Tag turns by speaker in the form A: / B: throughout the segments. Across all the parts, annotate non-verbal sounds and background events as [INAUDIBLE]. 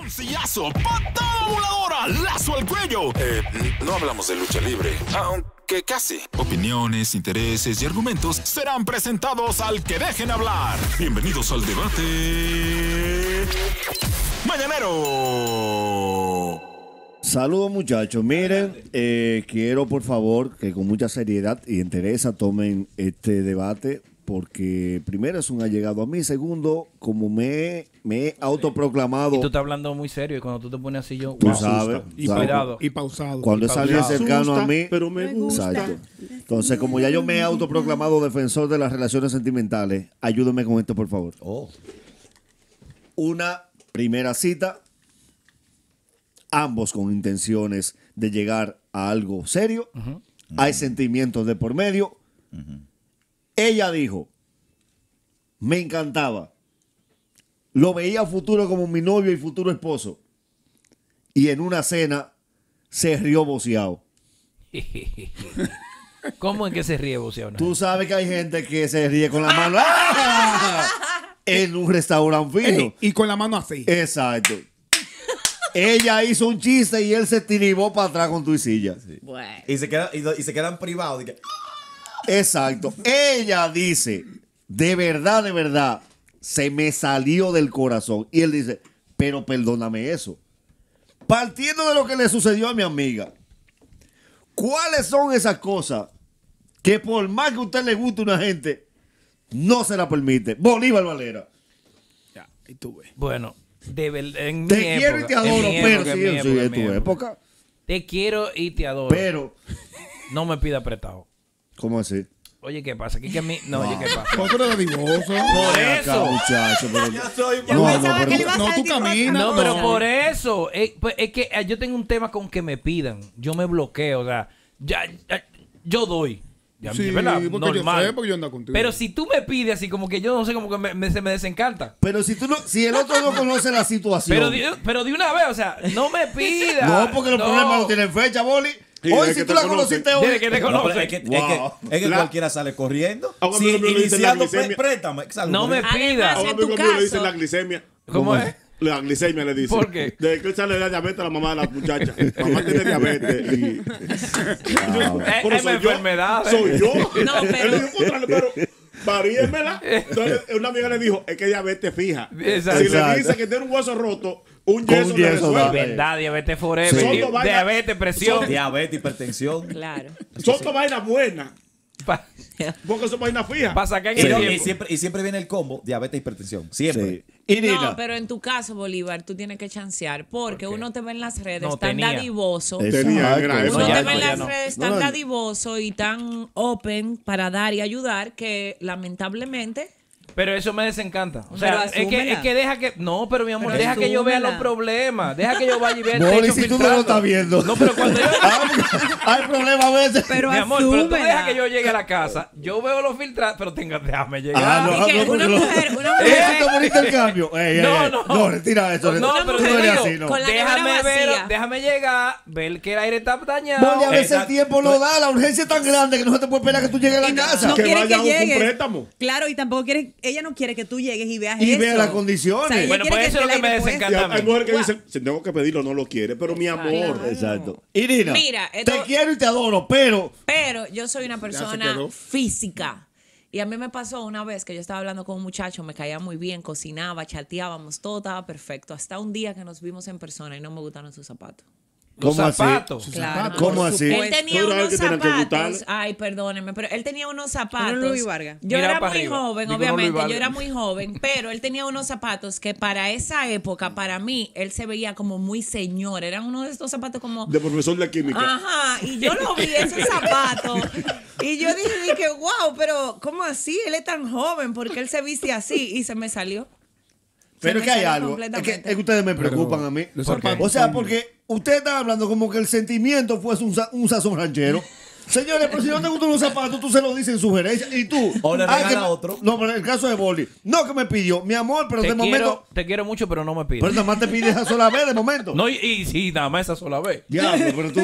A: Un sillazo, patada voladora, lazo al cuello.
B: Eh, no hablamos de lucha libre, aunque casi.
A: Opiniones, intereses y argumentos serán presentados al que dejen hablar. Bienvenidos al debate. Mañanero.
C: Saludos muchachos, miren, eh, quiero por favor que con mucha seriedad y entereza tomen este debate porque primero es un allegado a mí, segundo, como me, me he autoproclamado,
D: Y tú estás hablando muy serio y cuando tú te pones así yo...
C: tú
D: wow.
C: sabes,
E: Y,
C: sabes,
D: cuidado.
E: y pausado.
C: cuando
E: Y
C: es alguien
E: pausado.
C: cercano a
E: Asusta,
C: mí,
E: Pero me gusta.
C: Exacto. Entonces, como ya yo me he autoproclamado defensor de las relaciones sentimentales, ayúdame con esto, por favor. Una primera cita, ambos con intenciones de llegar a algo serio, hay sentimientos de por medio. Ella dijo, me encantaba, lo veía a futuro como mi novio y futuro esposo, y en una cena se rió boceado.
D: [LAUGHS] ¿Cómo es que se ríe Boceano?
C: Tú sabes que hay gente que se ríe con la mano ¡Ah! en un restaurante fino.
E: Ey, y con la mano así.
C: Eh. Exacto. Ella hizo un chiste y él se tiribó para atrás con tu silla.
F: Bueno. Y se, queda, y, lo- y se quedan privados. de que,
C: Exacto. Ella dice, de verdad, de verdad, se me salió del corazón. Y él dice, pero perdóname eso. Partiendo de lo que le sucedió a mi amiga, ¿cuáles son esas cosas que por más que a usted le guste a una gente, no se la permite? Bolívar Valera.
E: Ya, y tú ves.
D: Bueno, de verdad, en mi
C: Te
D: época,
C: quiero y te
D: en mi
C: adoro,
D: época,
C: pero
D: en
C: sí,
D: mi
C: yo soy
D: época,
C: de
D: en mi
C: tu
D: época.
C: época.
D: Te quiero y te adoro.
C: Pero,
D: No me pida apretado.
C: ¿cómo así?
D: Oye, ¿qué pasa? ¿Qué que a mí? No, oye, ¿qué pasa?
E: Otro de divorcio.
D: Por
C: Ven acá,
D: eso.
C: muchacho, pero-
F: Yo soy
C: No, no,
G: pensaba
C: pero-
G: que le iba a
E: No, tú
G: salir con-
E: caminas.
D: No,
E: no.
D: pero por eso. eh, pues, Es, que eh, yo tengo un tema con que me pidan. Yo me bloqueo, o sea, ya, ya- yo doy. Ya,
E: Sí,
D: ¿verdad?
E: porque yo sé, porque yo ando contigo.
D: Pero si tú me pides así, como que yo no sé, como que me- me- se me desencanta.
C: Pero si tú no, si el otro no conoce la situación.
D: Pero de, pero de una vez, o sea, no
C: [LAUGHS]
D: me pidas.
G: Ah,
C: No, porque los problemas no tienen fecha, Boli. Hoy,
E: desde
C: si
E: que
C: tú
E: te
C: la
E: conoce.
C: conociste
D: Desde
C: hoy.
D: que te
F: No, pero
D: conoce.
F: es que, es
C: Wow.
F: que, es que
E: La-
F: cualquiera sale corriendo.
H: Ahora
F: Sí,
H: mismo me dicen la
F: iniciando,
H: glicemia.
F: pré- préstame. Salgo
D: No me
F: corriendo.
D: pidas.
G: en
H: Ahora
G: tu
H: mi amigo
G: caso.
H: le dicen la glicemia.
D: ¿Cómo es?
H: La glicemia le dice.
D: ¿Por qué?
H: Desde que él sale de la diabetes a la mamá de
D: [LAUGHS]
H: la muchacha. Mamá tiene diabetes. Y...
D: Es- es mi enfermedad, ¿eh?
H: Soy
D: [LAUGHS]
H: yo.
G: No, pero-
H: Él dijo, "Contrale, pero varíemela". Entonces, una amiga le dijo, es que diabetes fija.
D: Exacto.
H: Si le
C: Exacto.
H: dice que tiene un hueso roto, un
C: Con
H: yeso,
C: un
H: le
C: yeso,
D: Es
H: resuelve.
C: dale.
D: verdad, diabetes forever.
H: Soto,
D: di-
H: vaya-
D: diabetes, presión.
F: Diabetes, hipertensión.
G: Claro.
H: Son dos vainas buenas.
D: Para
H: Porque son vainas fijas.
D: sacar en
F: Y,
D: el
F: no,
D: tiempo.
F: y siempre, y siempre viene el combo, diabetes, hipertensión. Siempre.
C: Sí. Irina.
G: No, pero en tu caso, Bolívar, tú tienes que chancear porque uno te ve en las redes
D: No,
G: tan
D: tenía.
G: dadivoso.
C: Exacto.
H: Tenía, era eso.
G: Uno
D: ya
G: te
D: no,
G: ve en
D: ya
G: las
D: no.
G: redes
C: No,
G: tan
C: no.
G: dadivoso y tan open para dar y ayudar que lamentablemente
D: Pero eso me desencanta. O sea,
G: Pero
D: es que,
G: asúmela.
D: es que deja que. No, pero mi amor,
G: Pero
D: deja que yo vea los
G: asúmela.
D: problemas. Deja que yo vaya y vea el
C: Boli,
D: techo
C: si tú no lo
D: filtrando.
C: estás viendo.
D: No, pero cuando yo.
C: [LAUGHS] Ah, porque Hay problemas a veces.
G: Pero
D: mi amor, pero tú
G: asúmela.
D: deja que yo llegue a la casa. Yo veo los filtrados, pero tenga, déjame llegar.
C: Ah,
G: Y que
C: porque
G: una
C: lo-
G: mujer-
C: [LAUGHS]
G: una mujer-
C: Eso está por intercambio. Ey, ey,
D: No,
C: ey.
D: no.
C: No, retira eso.
D: No,
C: Tú
D: pero
C: no
D: te
C: eres
D: digo,
C: así, no.
G: con la
D: déjame
G: nevera
D: ver,
G: vacía.
D: déjame llegar, ver que el aire está dañado.
C: Boli, a veces el
F: Exacto.
C: tiempo lo da. La urgencia es tan grande que no se te puede esperar que tú llegues a la casa.
G: no
H: que
G: quiere
H: vaya
G: que
H: a un- un
G: llegues.
H: préstamo.
G: Claro, y tampoco quiere, ella no quiere que tú llegues y veas
C: Y
G: eso.
C: vea las condiciones.
G: O sea, ella
D: Bueno,
G: quiere
D: pues
G: que
D: eso es
G: esté
D: lo que
G: la
D: me
G: respuesta.
D: desencanta.
H: Y hay mujeres que
G: Guau.
H: dicen, si tengo que pedirlo, no lo quiere. Pero mi amor.
C: Exacto. Irina.
G: Mira,
C: te
G: esto-
C: quiero y te adoro, pero
G: Pero yo soy una persona
E: quedó.
G: física. Y a mí me pasó una vez que yo estaba hablando con un muchacho, me caía muy bien, cocinaba, chateábamos, todo estaba perfecto. Hasta un día que nos vimos en persona y no me gustaron sus zapatos.
D: Los
C: ¿Cómo así?
D: zapatos.
C: Sus Claro. zapatos. ¿Cómo
G: Por
C: así?
G: supuesto. Él
C: Pues,
G: tenía
C: ¿tú sabes
G: unos
C: que tienen que
G: zapatos.
C: gustarle?
G: Ay, perdóneme, pero él tenía unos zapatos.
I: Era un Louis Vargas.
G: Yo
I: Mira
G: era
I: para
G: muy
I: arriba. Digo,
G: joven,
I: un
G: obviamente,
I: Louis Vargas.
G: yo era muy joven, pero él tenía unos zapatos que para esa época, para mí, él se veía como muy señor. Eran uno de estos zapatos como
H: De profesor de química.
G: Ajá, y yo lo
H: [LAUGHS]
G: vi, ese zapato.
I: Y yo dije, dije, wow, pero ¿cómo así? Él es tan joven, porque él se viste así? Y se me salió.
C: Pero
I: Se me
C: es que hay
I: salió
C: algo. Es que,
I: completamente.
C: es que ustedes me preocupan a mí.
E: ¿Por qué?
C: O sea, porque ustedes están hablando como que el sentimiento fuese un, sa- un sazón
F: [LAUGHS]
C: ranchero. Señores, pero si no te gustan los zapatos, tú se lo dices en sugerencia. Y tú.
F: O le
C: ah,
F: regala
C: que me-
F: otro.
C: No, pero en el caso de Bolly. No, que me pidió. Mi amor, pero
D: te,
C: de
D: quiero,
C: momento.
D: te quiero mucho, pero no me pidas.
C: Pero nada más te pide esa sola vez de momento.
D: No, y, y sí, nada más esa sola vez.
C: Diablo, pero tú.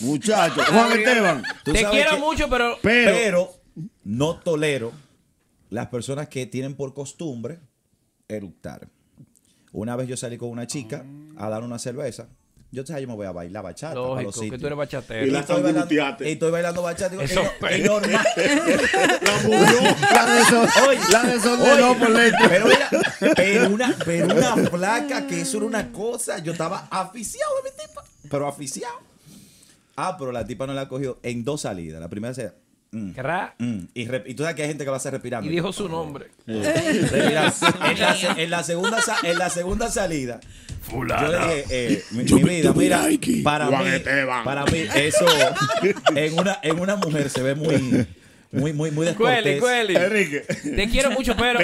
C: Muchacho, Juan Esteban.
F: Tú
D: Te
F: sabes
D: quiero
F: que-
D: mucho, pero.
F: Pero, no tolero las personas que tienen por costumbre eructar. Una vez yo salí con una chica a dar una cerveza. Yo, o sea, yo me voy a bailar bachata. para los
D: Lógico, que
F: sitios.
D: tú eres bachatero.
F: Y,
D: Y la
F: estoy, bailando, y estoy bailando bachata. y digo,
D: Eso
F: y no-
D: es.
F: y
D: [LAUGHS]
F: normal.
C: La deso- la desordenó por lento.
F: Pero mira, pero una, pero una placa que eso era una cosa. Yo estaba aficiado de mi tipa. Pero aficiado. Ah, pero la tipa no la cogió en dos salidas. La primera se. mm, mm, y, rep- y tú sabes que hay gente que va a hacer respirando.
D: Y dijo su
C: [LAUGHS]
D: nombre.
F: Mira, en, la, se- en la segunda, sa- en la segunda salida.
D: Fulana.
F: Yo le dije, eh, mi,
D: Yo
F: mi
D: me
F: vida,
D: tuve
F: mira,
D: Nike.
F: para
D: Juan
F: mí,
D: Esteban.
F: para mí, eso en una, en una mujer se ve muy, muy, muy, muy
D: Cueli,
F: descortés.
D: Cueli. Te quiero mucho, pero.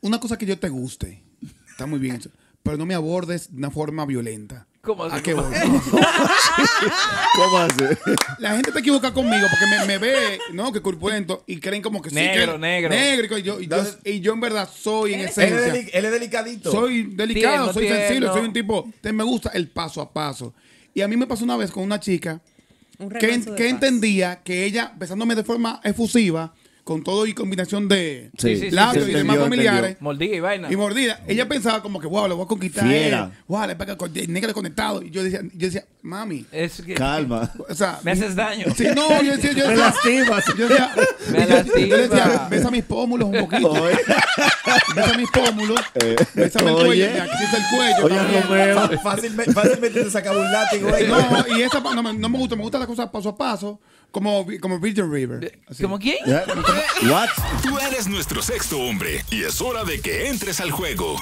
E: Una cosa que yo te guste. Está muy bien eso. Pero no me abordes de una forma violenta.
D: ¿Cómo así?
E: ¿A qué voy?
C: ¿Cómo hace?
E: La gente te equivoca conmigo porque me, me ve, ¿no? Que corpulento y creen como que sí,
D: Negro,
E: que-
D: negro.
E: Negro. Y yo, y yo, y yo en verdad soy en
F: Él es-
E: esencia.
F: él es deli- él es delicadito.
E: Soy delicado,
F: Tierno,
E: soy sensible,
F: tierno.
E: soy un tipo. te- Me gusta el paso a paso. Y a mí me pasó una vez con una chica
I: Un
E: que,
I: remanso de
E: que
I: paz.
E: entendía que ella, besándome de forma efusiva, con todo y combinación de
C: Sí, sí, sí,
E: labios
C: sí,
E: y demás
C: entendió,
E: familiares.
C: entendió.
D: Mordida y vaina.
E: Y mordida. Ella pensaba como que, wow, le voy a conquistar a
C: Fiera.
E: él. Wow, le pega con negro conectado. Y yo decía, yo decía, mami.
D: Es que-
C: Calma.
E: O sea,
D: Me haces daño.
E: Sí, no, yo decía, yo
C: Me
E: decía-
C: lastimas.
E: Yo decía,
D: [LAUGHS] Me
E: yo- yo le decía,
D: lastima.
E: besa mis pómulos un poquito. besa mis
C: [LAUGHS]
E: pómulos. Bésame el
C: Eh. oye.
E: cuello. y Aquí está el cuello.
C: Oye,
E: también.
C: Romeo.
F: Fá- Fácilmente, fácilmente te sacaba un
D: [LAUGHS]
F: látigo. ahí.
E: No, y esa pa- no, me- no me gusta, me gusta las cosas paso a paso, como, vi- como Virgin River.
D: ¿Como quién?
C: What?
A: Tú eres nuestro sexto hombre y es hora de que entres al juego.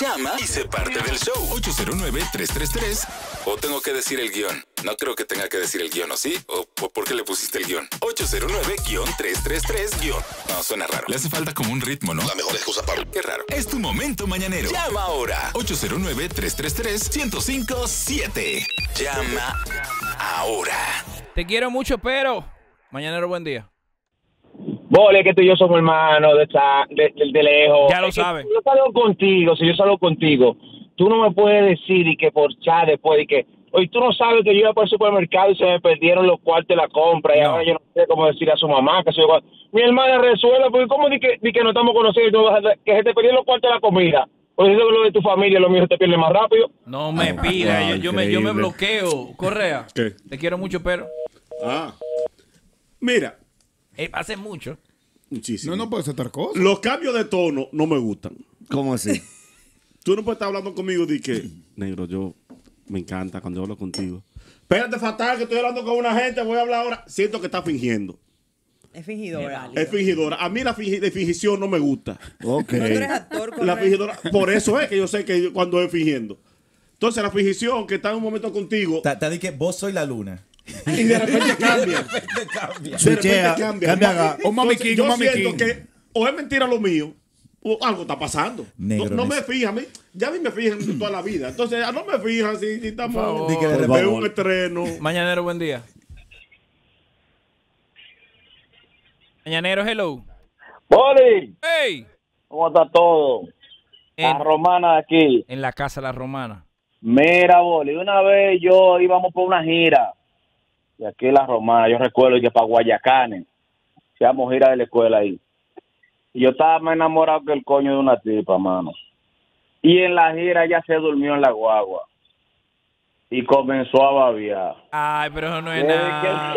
A: Llama y sé parte del show. 809-333.
B: O tengo que decir el guión. No creo que tenga que decir el guión, ¿o sí? ¿O po- por qué le pusiste el guión?
A: 809-333. guión. No, suena raro. Le hace falta como un ritmo, ¿no? La mejor excusa para. Qué raro. Es tu momento mañanero. Llama ahora. 809-333-1057. Llama ahora.
D: Te quiero mucho, pero. Mañanero, buen día.
J: Vole, que tú y yo somos hermanos de, esta- de, de- de lejos.
D: Ya lo
J: Es que
D: saben.
J: si Yo salgo contigo, si yo salgo contigo, tú no me puedes decir y que por chat después y que. Hoy tú no sabes que yo iba para el supermercado y se me perdieron los cuartos de la compra y ahora yo no sé cómo decir a su mamá que soy igual. Mi hermana resuelve, porque ¿cómo di que, di que no estamos conociendo que se te perdieron los cuartos de la comida? Por eso lo de tu familia, lo mío se te pierde más rápido.
D: No me pida,
J: wow,
D: yo, yo me, yo me
J: increíble.
D: bloqueo. Correa,
H: ¿Qué?
D: te quiero mucho, pero.
H: Ah. Mira.
D: eh, hace mucho.
H: Muchísimo.
E: No, no puede ser tal cosa.
H: Los cambios de tono no me gustan.
C: ¿Cómo así?
H: [LAUGHS] Tú no puedes estar hablando conmigo de que, negro, yo me encanta cuando hablo contigo. Espérate, fatal, que estoy hablando con una gente, voy a hablar ahora. Siento que está fingiendo.
I: Es fingidora.
H: Es fingidora. A mí la fingi- de fingición no me gusta.
C: Ok.
I: Pero tú eres actor,
H: La
I: correcto.
H: fingidora. Por eso es que yo sé que yo- cuando es fingiendo. Entonces, la fingición que está en un momento contigo.
F: Está está de que vos soy la luna.
H: Y de
C: [LAUGHS]
H: repente cambia. De
C: Switchea,
H: repente cambia.
C: cambia acá.
H: Entonces,
C: Un mamiquín,
H: yo
C: un mamiquín.
H: siento que o es mentira lo mío o algo está pasando.
F: Negro,
H: no, no me
F: neces-
H: fija a mí. Ya a mí me fijan toda la vida. Entonces, ya no me fijan si, si estamos
D: favor.
H: Di que de
D: Por
H: repente
D: favor.
H: un estreno.
D: Mañanero, buen día. Mañanero, hello.
J: ¡Boli!
D: ¡Hey!
J: ¿Cómo está todo? La romana de aquí.
D: En la casa La Romana.
J: Mira, Boli, una vez yo íbamos por una gira de aquí en la Romana, yo recuerdo que para Guayacanes, hacíamos gira de la escuela ahí. Y yo estaba más enamorado que el coño de una tipa, mano. Y en la gira ya se durmió en la guagua y comenzó a babiar.
D: Ay, pero eso no es nada.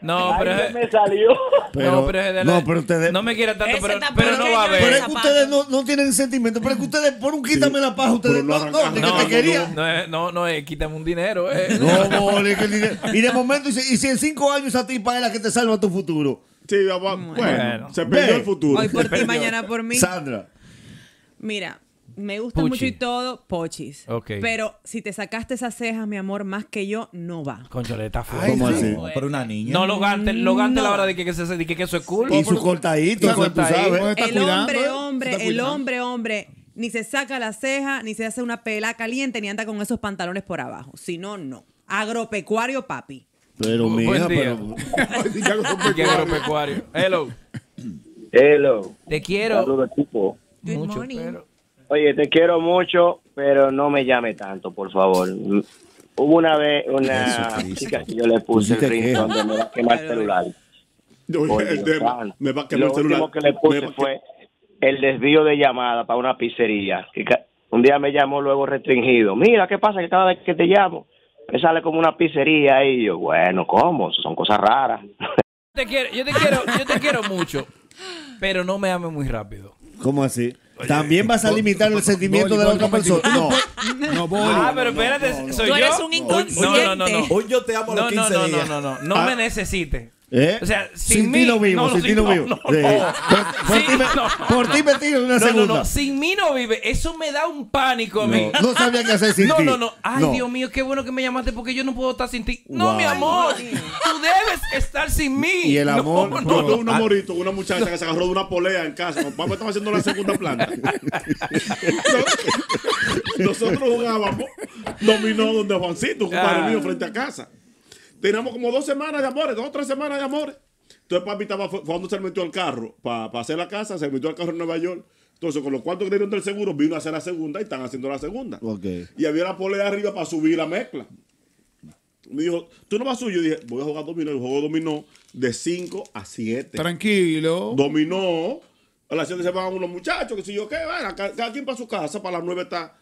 D: No, pero
J: Ahí
D: es-
J: me salió.
D: no, pero es de la-
C: no, pero ustedes-
D: no me quiera tanto,
C: Ese
D: pero,
C: está
D: pero no
C: pequeño
D: va a
C: el
D: haber.
C: Pero es que ustedes no, no tienen sentimiento. Pero es que ustedes, por un quítame la paja, ustedes no, no, de que
D: no,
C: te
D: no,
C: quería.
D: No, no, es- no, no, es quítame un dinero. eh.
C: [LAUGHS] No,
D: [LAUGHS]
C: mole, que el dinero- Y de momento, y si, y si en cinco años esa tipa es la que te salva tu futuro.
H: Sí, bueno, se perdió el
E: [LAUGHS]
H: futuro.
I: Hoy
D: [LAUGHS]
I: por ti, mañana por mí.
C: Sandra.
I: Mira, me gusta
D: Puchi.
I: mucho y todo, pochis.
D: Ok.
I: Pero si te sacaste esas cejas, mi amor, más que yo, no va.
D: Conchole, está
F: Ay,
D: fuerte.
F: ¿Cómo sí. así?
D: No,
F: Pero una niña.
D: No, los gantes, los gantes
I: No.
D: la verdad de que, que, se- de que, que eso es cool.
C: Y su cortadito, pues,
D: Y
C: tú sabes.
I: el hombre, hombre, el hombre, hombre, ni se saca la ceja, ni se hace una pela caliente, ni anda con esos pantalones por abajo. Si no, no. Agropecuario, papi.
C: Pero
D: Buen
C: mija,
D: día. [LAUGHS]
C: pero.
D: Y que agropecuario. Hello.
J: Hello.
D: Te quiero.
J: Saludos, tipo.
D: Mucho, pero...
J: Oye, te quiero mucho, pero no me llame tanto, por favor. Mm, Hubo una vez una chica que yo le puse el
H: Pusiste
J: ringtone
H: queja.
J: de me va a quemar el celular.
H: Oye, [LAUGHS]
J: Por
H: el
J: Dios
H: de-
J: santo.
H: me va a quemar
J: Lo
H: el celular.
J: último que le puse
H: Me va a
J: fue el desvío de llamada para una pizzería. Que ca- un día me llamó luego restringido. Mira, ¿qué pasa? Que cada vez que te llamo, me sale como una pizzería. Y yo, bueno, ¿cómo? Son cosas raras.
D: Te quiero, yo te quiero, yo te quiero mucho, pero no me ames muy rápido.
C: ¿Cómo así? También vas a limitar el sentimiento de la otra persona. No.
D: [LAUGHS] No,
C: Boli.
D: Ah, pero espérate, soy yo.
G: Tú eres un inconsciente.
D: No, no, no, no.
F: Hoy yo te amo a los
D: No, no,
F: 15
D: no, no,
F: días.
D: no, no, no
F: Ah.
D: me necesites.
C: ¿Eh?
D: O sea, sin,
C: Sin ti
D: mí
C: no vivo, sin ti no
D: [LAUGHS]
C: vivo. Sí. Pues, Por- por ti me- por ti me tiro en una
D: No, no,
C: segunda.
D: no, sin mí no vive. Eso me da un pánico a mí. [LAUGHS]
C: No, no sabía qué hacer sin
D: No,
C: ti.
D: no, no. Ay,
C: No.
D: Dios mío, qué bueno que me llamaste porque yo no puedo estar sin ti. No,
H: Wow.
D: mi amor. Tú debes estar sin mí.
H: Y el amor.
D: No,
H: No,
D: no, [LAUGHS]
H: un amorito, una muchacha que se agarró de una polea en casa. Papá estaba haciendo la segunda planta. Nosotros
J: [LAUGHS]
H: jugábamos dominó donde Juancito, un compadre
D: Ah.
H: mío, frente a casa. Teníamos como dos semanas de amores, dos o tres semanas de amores. Entonces papi estaba, fue fue cuando se metió al carro para hacer la casa, se metió al carro en Nueva York. Entonces, con los cuartos que dieron del seguro, vino a hacer la segunda y están haciendo la segunda. Y había la polea arriba para subir la mezcla. Me dijo, ¿tú no vas a subir? Yo dije, voy a jugar dominó. El juego dominó de 5 a 7. Tranquilo. Dominó. A las 7 se van unos muchachos, que si yo qué, bueno, cada, cada quien para su casa, para las 9 está.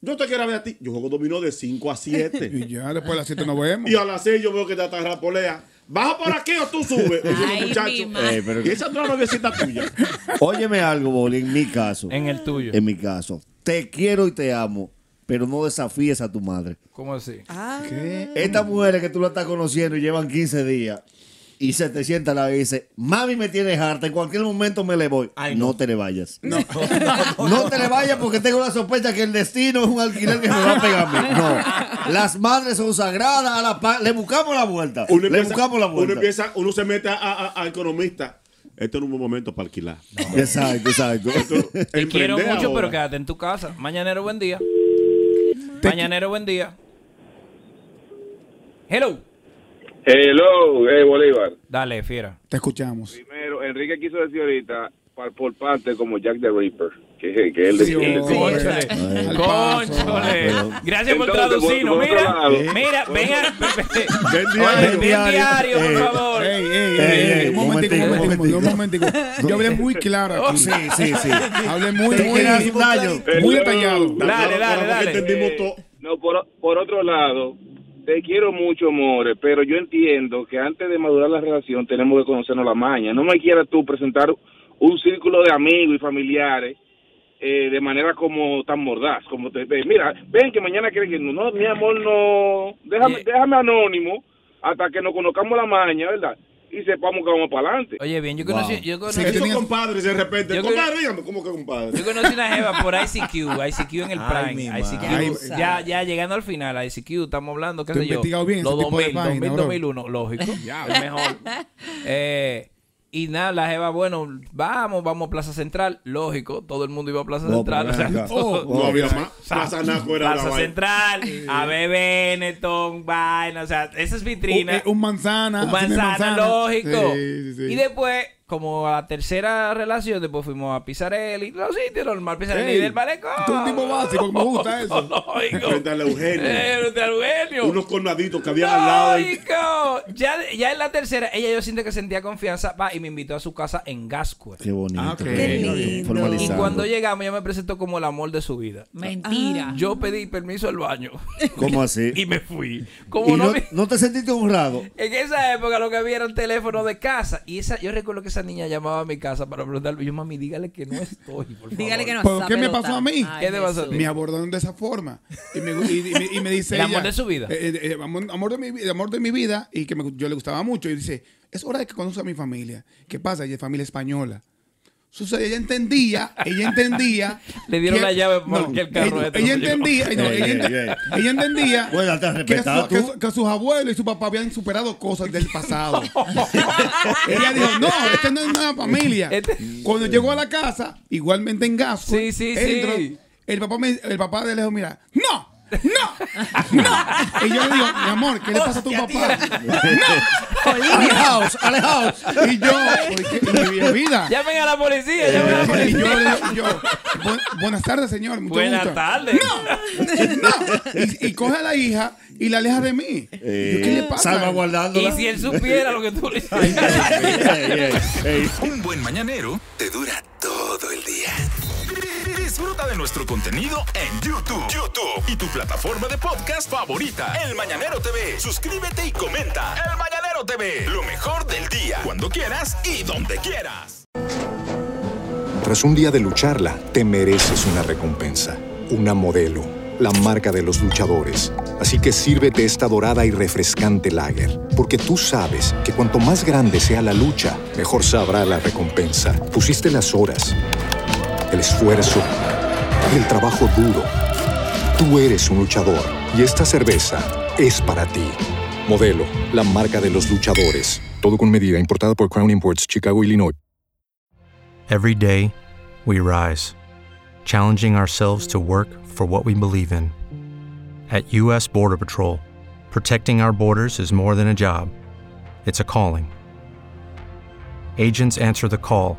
H: Yo te quiero ver a ti. Yo juego dominó de 5 a 7.
E: Y ya después de las 7 nos vemos.
H: y a las 6 yo veo que ya está la polea. ¿Baja por aquí o tú subes? Y yo,
E: Ay, mi
H: muchacho.
E: madre.
H: eh, pero- Y esa es la noviecita tuya.
C: [LAUGHS] Óyeme algo, Boli, en mi caso.
D: En el tuyo.
C: En mi caso. Te quiero y te amo, pero no desafíes a tu madre.
D: ¿Cómo así?
C: Estas mujeres que tú la estás conociendo y llevan 15 días y se te sienta la y dice, mami me tienes harta, en cualquier momento me le voy. no. te le vayas. No. te le vayas porque tengo la sospecha que el destino es un alquiler que me va a pegar a mí. No. Las madres son sagradas, a la pa- le buscamos la vuelta.
H: Uno
C: le
H: empieza-
C: buscamos la vuelta.
H: Uno, empieza, uno se mete a, a- a economista. Este es un buen momento para alquilar.
C: Exacto, exacto.
D: Te quiero
H: Emprender
D: mucho,
H: ahora.
D: pero quédate en tu casa. Mañanero, buen día. Mañanero, buen día. Hello.
K: Hello, hey Bolívar.
D: Dale, fiera.
E: Te escuchamos.
K: Primero, Enrique quiso decir ahorita, par- por parte, como Jack the Ripper, que, que él
D: Sí,
K: él
D: cónchale.
K: Ay.
D: Cónchale. Gracias por
K: Entonces, por-
D: traducirnos.
K: por otro
D: Mira,
K: lado.
D: mira, ven a. [LAUGHS]
H: Ven
D: diario. Ven diario, por
C: eh,
E: Ey,
D: favor.
E: ey, ey, ey, ey, un momentico, un momentico, un momentico. Yo hablé muy claro aquí.
H: Sí, sí, sí.
E: Hablé muy,
H: Te
E: muy,
H: quedas sin daño.
E: muy detallado.
H: Dale, dale, dale. Entendimos todo.
K: No, por, por otro lado, te quiero mucho, More, pero yo entiendo que antes de madurar la relación tenemos que conocernos la maña. No me quieras tú presentar un círculo de amigos y familiares eh, de manera como tan mordaz, como te eh, mira, ven que mañana quieren que no, mi amor, no, déjame, déjame anónimo hasta que nos conozcamos la maña, ¿verdad? Y sepamos que vamos para adelante.
D: Oye, bien, yo conocí. Yo conocí
H: Esos compadres de repente.
D: Yo
H: compadre,
D: creo-
H: dígame, ¿cómo que compadre?
D: Yo conocí una jeva por ICQ, ICQ en el
H: Ay,
D: Prime.
H: mi
D: ICQ,
H: madre.
D: ya, ya, llegando al final, ICQ, estamos hablando, qué
E: Tú
D: sé yo.
E: investigado bien
D: los
E: ese tipo de
D: 2000,
E: página,
D: 2000,
E: bro.
D: 2001, [LAUGHS] lógico. el mejor. Eh, y nada, la jeva, bueno, vamos, vamos a Plaza Central, lógico, todo el mundo iba a Plaza
H: No,
D: Central.
H: pero
D: o sea,
H: venga.
E: Oh,
D: todo-
H: No había más.
D: O sea,
H: Plaza Naco era la
D: Plaza
H: vaina.
D: Central, ABB, Benetton, vaina, o sea, esas
E: Un,
D: vitrinas.
E: eh, un manzana.
D: Un
E: así de
D: manzana, lógico.
E: Sí, sí, sí.
D: Y después, como a la tercera relación, después fuimos a Pisarelli. Los sitios normal, Pisarelli
E: Ey,
D: del malecón. [LAUGHS]
E: tú un tipo básico, que me gusta eso.
D: Lógico.
H: Frente al Eugenio.
D: Eh, frente al Eugenio. coño.
H: unos cornaditos que habían al lado. y-
D: Marico. Ya, ya en la tercera, ella yo siento que sentía confianza va, y me invitó a su casa en Gascue.
C: Qué bonito.
D: Ah, ok.
C: qué bonito.
D: Y
C: Formalizando.
D: cuando llegamos, ella me presentó como el amor de su vida.
G: Mentira.
D: Yo pedí permiso al baño. [LAUGHS]
C: ¿Cómo así?
D: Y me fui.
C: ¿Y
D: Como no
C: no,
D: me-
C: no te sentiste honrado?
D: En esa época lo que había eran teléfonos de casa. Y esa, yo recuerdo que esa niña llamaba a mi casa para preguntarme. Yo, mami, dígale que no estoy, por favor.
I: Dígale
D: [LAUGHS]
I: que no
E: ¿Pero
I: esa
E: qué me
I: pelota.
E: pasó a mí?
D: Ay, ¿Qué te pasó a Jesús. ti?
E: Me abordaron de esa forma. Y me, y- y me- y me dice
D: El amor
E: ella,
D: de su vida.
E: eh, eh, eh, amor, amor de mi, vi- amor de mi vida y que me- yo le gustaba mucho. Y dice, es hora de que conozca a mi familia. ¿Qué pasa? Ella es familia española. Sucede, ella entendía, ella entendía.
D: [LAUGHS] Le dieron
E: que-
D: la llave para
E: no,
D: que el carro
E: Ella,
D: este
E: ella
D: no llegó.
E: entendía, no,
D: Ey,
E: ella,
D: ey,
E: ent-
D: ey.
E: ella entendía
D: Bueno, te has
E: que,
D: respetado
E: su- que
D: tú.
E: su- que sus abuelos y su papá habían superado cosas del
D: [LAUGHS]
E: pasado. ella dijo, no, esta no es una familia.
D: Este
E: Cuando llegó a la casa, igualmente en gas, entro,
D: sí.
E: el papá me- el papá de lejos mira, no.
D: [LAUGHS]
E: No, no. Y yo le digo, mi amor, ¿qué le pasa a tu papá? No, alejaos, alejaos. Y yo, porque mi vida.
D: Llamen a la policía, llamen a la
E: Y yo,
D: policía.
E: le digo, yo, "Bu- buenas tardes, señor. mucho
D: Buenas
E: gusto".
D: tardes.
E: Y, y coge a la hija y la aleja de mí. Y
C: Eh,
E: yo, ¿Qué le pasa?
D: Y
C: [LAUGHS]
D: si él supiera lo que tú le
A: Un buen mañanero te dura todo el día. Disfruta de nuestro contenido en YouTube. YouTube y tu plataforma de podcast favorita, El Mañanero TV. Suscríbete y comenta. El Mañanero TV, lo mejor del día, cuando quieras y donde quieras.
L: Tras un día de lucharla, te mereces una recompensa, una modelo, la marca de los luchadores. Así que sírvete esta dorada y refrescante lager, porque tú sabes que cuanto más grande sea la lucha, mejor sabrá la recompensa. Pusiste las horas, el esfuerzo, el trabajo duro. Tú eres un luchador y esta cerveza es para ti. Modelo, la marca de los luchadores. Todo con medida, importada por Crown Imports, Chicago, Illinois.
M: Every day, we rise, challenging ourselves to work for what we believe in. At U.S. Border Patrol, protecting our borders is more than a job, it's a calling. Agents answer the call,